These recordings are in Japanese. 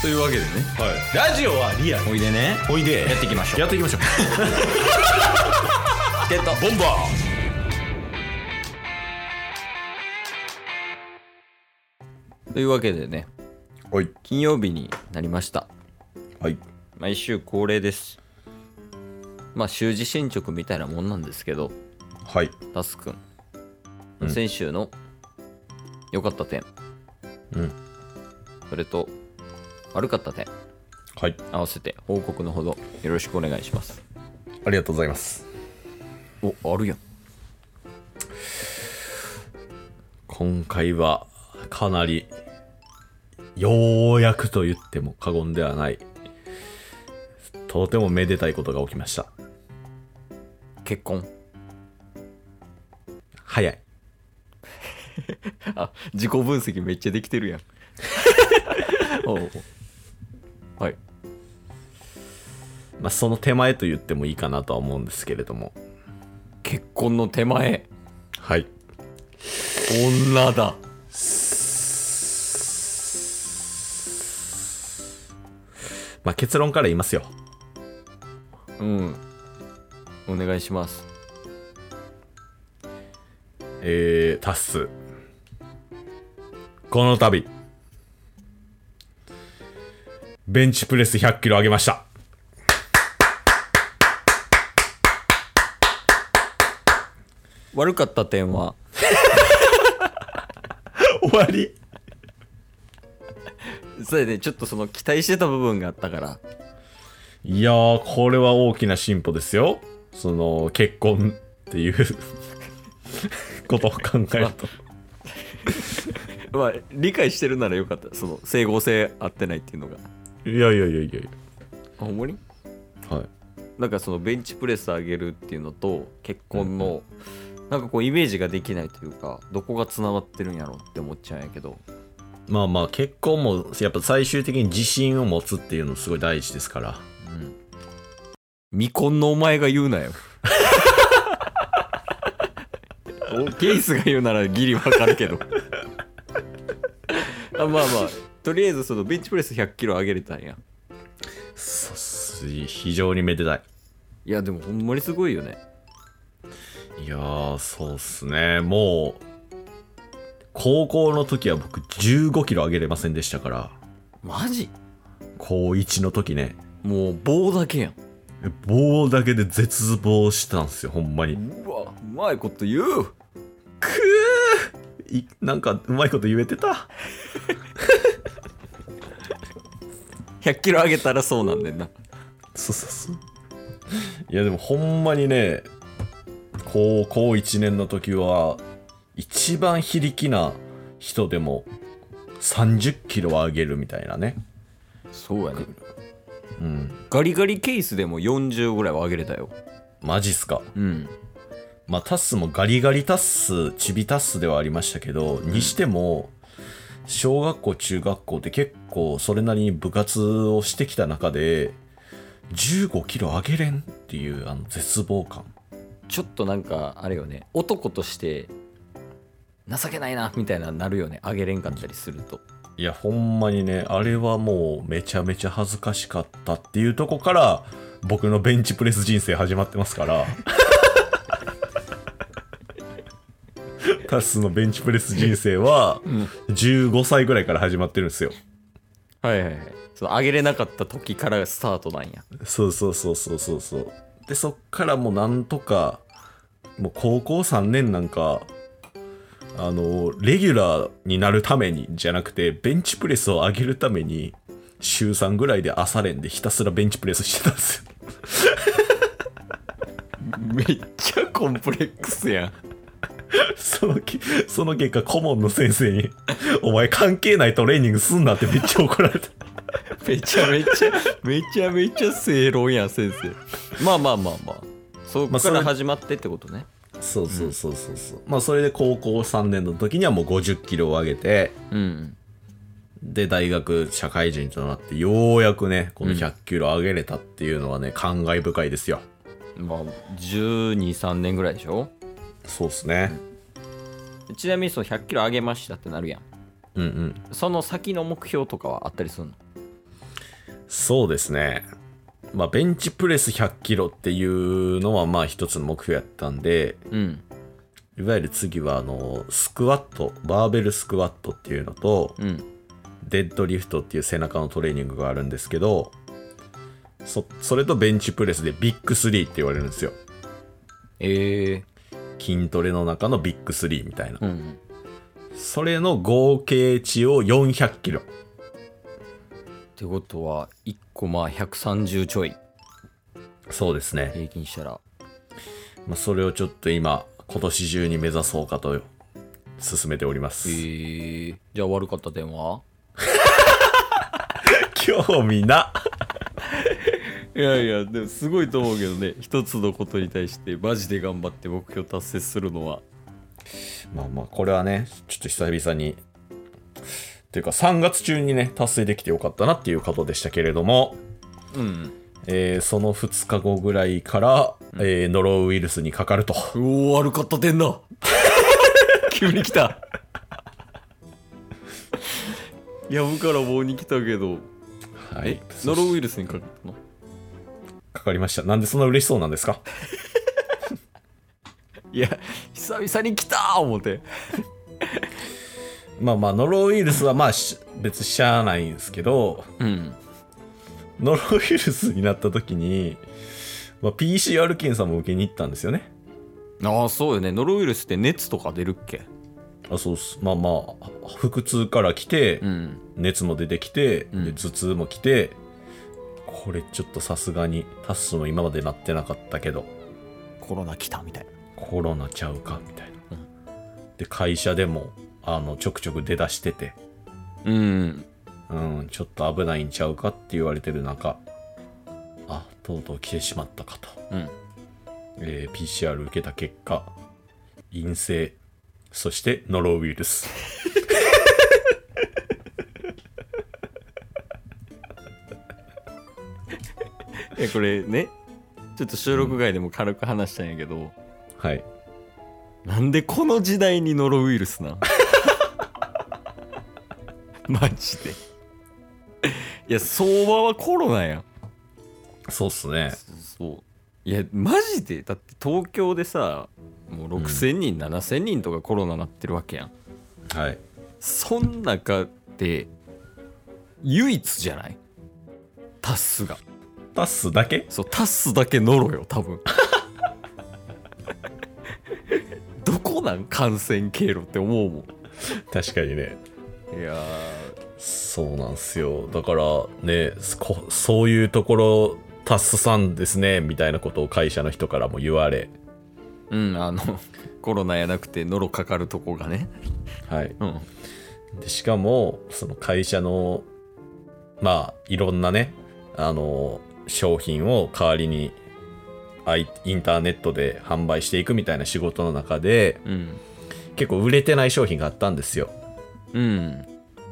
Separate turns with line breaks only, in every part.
というわけでね
はい、ラジオはリアル
おいでね
おいで
やっていきましょう
やっていきましょう
ゲット
ボンバ
というわけでね
ーはい
金曜日になりました
はい
毎週恒例ですまあ習字進捗みたいなもんなんですけど
はい
タスくん、
うん
先週の良かった点
うん
それと悪かった点
はい
合わせて報告のほどよろしくお願いします
ありがとうございます
おあるやん
今回はかなりようやくと言っても過言ではないとてもめでたいことが起きました
結婚
早い
あ自己分析めっちゃできてる やんおうはい
まあその手前と言ってもいいかなとは思うんですけれども
結婚の手前
はい
女だ
まあ結論から言いますよ
うんお願いします
えー、タッスこの度ベンチプレス100キロ上げました
悪かった点は
終わり
そうやねちょっとその期待してた部分があったから
いやーこれは大きな進歩ですよその結婚っていうことを考えると
まあ理解してるならよかったその整合性合ってないっていうのが
いやいやいやいやい
あほんまに
やはい
なんかそのベンチプレス上げるっていうのと結婚の、なんかこうイメージができないというかどこがつながってるんやろって思っちゃうんやけど
まあまあ結婚もやっぱ最終的に自信を持つっていうのすごい大事ですから
うん未婚のお前が言うなよ おケイスが言うならギリわかるけど あまあまあとりあえずそのベンチプレス1 0 0キロ上げれたんや
そす非常にめでたい
いやでもほんまにすごいよね
いやー、そうっすね。もう、高校の時は僕15キロ上げれませんでしたから、
マジ
高1の時ね、
もう棒だけやん
棒だけで絶望したんすよ、ほんまに。
うわうまいこと言う
くーいなんか、うまいこと言えてた。
100キロ上げたらそうなんだよな
そうそうそう。いや、でもほんまにね、高校1年の時は、一番非力な人でも、30キロは上げるみたいなね。
そうやね
うん。
ガリガリケースでも40ぐらいは上げれたよ
マジっすか。
うん
まあ、タッスもガリガリタッス、チビタッスではありましたけど、にしても、小学校、中学校って結構それなりに部活をしてきた中で、15キロ上げれんっていうあの絶望感。
ちょっとなんかあれよね男として情けないなみたいななるよね上げれんかったりすると
いや、ほんまにね、あれはもうめちゃめちゃ恥ずかしかったっていうとこから、僕のベンチプレス人生始まってますから。タッスのベンチプレス人生は、15歳ぐらいから始まってるんですよ。
はいはいはいその上げれなかった時からがスタートなんや
そうそうそうそうそうそうでそっからもうなんとかもう高校3年なんかあのレギュラーになるためにじゃなくてベンチプレスを上げるために週3ぐらいで朝練でひたすらベンチプレスしてたんですよ
めっちゃコンプレックスやん
そのきその結果顧問の先生に 「お前関係ないトレーニングすんな」ってめっちゃ怒られた
めちゃめちゃめちゃめちゃ正論やん先生まあまあまあまあそこ
まあ
か
それ
ら始まってってことね、
そうそうそうそうそうまあそれで高校3年の時にはもう5 0キロを上げて
うん
で大学社会人となってようやくねこの
うん
100キロ上げれたっていうのはね、感慨深いですよ
まあ1 2 3年ぐらいでしょ
そうっすね
ちなみにその100キロ上げましたってなるやん
うんうん
その先の目標とかはあったりするの
そうですね。まあ、ベンチプレス100キロっていうのは、まあ、一つの目標やったんで、
うん
いわゆる次は、あの、スクワット、バーベルスクワットっていうのと、
うん
デッドリフトっていう背中のトレーニングがあるんですけど、そ、それとベンチプレスでビッグ3って言われるんですよ。
ええ
筋トレの中のビッグ3みたいな。
うん
それの合計値を400キロ。
ってことは1個まあ130ちょい
そうですね。
平均したら
まあ、それをちょっと今、今年中に目指そうかと、進めております。
ええじゃあ悪かった点は
興味な。
いやいやでもすごいと思うけどね一つのことに対してマジで頑張って目標達成するのは
まあまあ、これはね、ちょっと久々に、というか3月中にね、達成できてよかったなっていうことでしたけれども、
うん
えーその2日後ぐらいから、えーノロウイルスにかかると。
うお悪かった点だ 急に来たやぶから棒に来たけど、
はい
え。
そ
ノ
し
ロウイルスにかかったの
かかりました。なんでそんな嬉しそうなんですか
いや久々に来たー思って
まあまあ、ノロウイルスはまあ、し別にしゃあないんですけど、
うん
ノロウイルスになった時に、まあ、PCR 検査も受けに行ったんですよね。
ああそうよねノロウイルスって熱とか出るっけ
あ、そうっす。まあまあ、腹痛から来て、
うん
熱も出てきて、
うん
で頭痛も来てこれちょっとさすがにタスも今までなってなかったけど
コロナ来たみたいな
コロナちゃうかみたいな、
う
で会社でもあのちょくちょく出だしてて、
うん
うん、ちょっと危ないんちゃうかって言われてる中あとうとう来てしまったかと、
うん
えー PCR 受けた結果陰性そしてノロウイルス
えこれねちょっと収録外でも軽く話したんやけど、
はい
なんでこの時代にノロウイルスなん マジでいや相場はコロナやん
そうっすね
そういやマジでだって東京でさもう6,000人、7,000人とかコロナなってるわけやん
はい
そん中で唯一じゃないタッスが
タスだけ
そうタッスだけノロよ多 分どこなん感染経路って思うも
確かにね
んいや
そうなんすよ。だからね、こそういうところ、タスさんですね、みたいなことを会社の人からも言われ、
うんあのコロナやなくてノロかかるとこがね
はい。
うん
でしかも、その会社の、まあ、いろんなね、あの、商品を代わりに、あいインターネットで販売していくみたいな仕事の中で、
うん
結構売れてない商品があったんですよ。
うん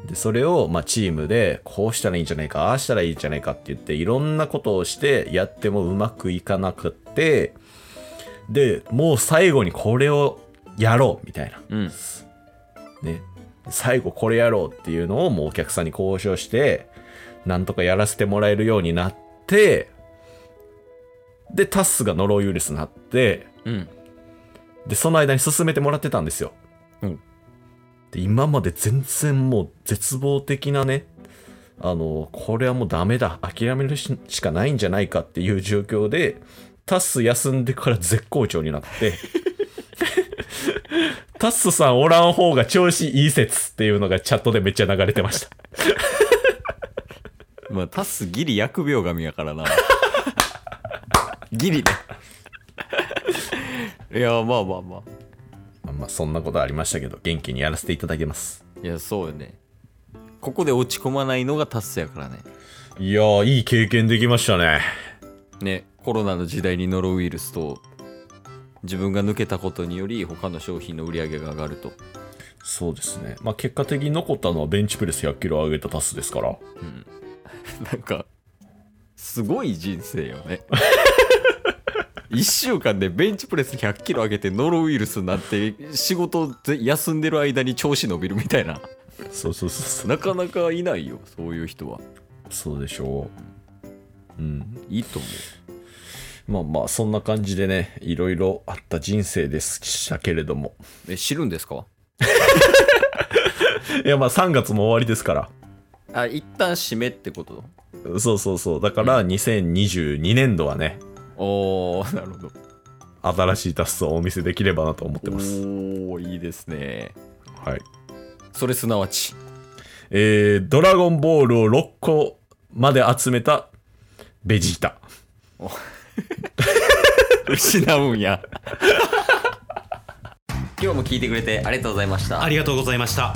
でそれを、まあ、チームでこうしたらいいんじゃないかああしたらいいんじゃないかって言っていろんなことをしてやってもうまくいかなくってでもう最後にこれをやろうみたいな、
うん
ね、最後これやろうっていうのをもうお客さんに交渉してなんとかやらせてもらえるようになってでタスがノロウイルスになって
うん
で、その間に進めてもらってたんですよ。
うん
で、今まで全然もう絶望的なね、あの、これはもうダメだ、諦めるししかないんじゃないかっていう状況で、タッス休んでから絶好調にな って、タッスさんおらん方が調子いい説っていうのがチャットでめっちゃ流れてました。
まあタスギリ疫病神やからなギリねいやまあまあまあ
まあまあ、そんなことありましたけど、元気にやらせていただきます。
いやそうよねここで落ち込まないのがタスやからね
いやー、いい経験できましたね。
ねコロナの時代にノロウイルスと自分が抜けたことにより他の商品の売り上げが上がると、
そうですね。まあ、結果的に残ったのはベンチプレス100キロ上げたタスですから。
うん、なんかすごい人生よね1週間でベンチプレス100キロ上げてノロウイルスになって仕事で休んでる間に調子伸びるみたいな
そうそうそうそう。
なかなかいないよそういう人は
そうでしょう。うん、
いいと思う
まあまあそんな感じでねいろいろあった人生でしたけれども
え知るんですか
いやまあ3月も終わりですから
あ一旦締めってこと
そうそうそうだから2022年度はね
おーなるほど
新しいタスをお見せできればなと思ってます
おーいいですね
はい
それすなわち
えー、ドラゴンボールを6個まで集めたベジータ
失うんや 今日も聞いてくれてありがとうございました
ありがとうございました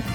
す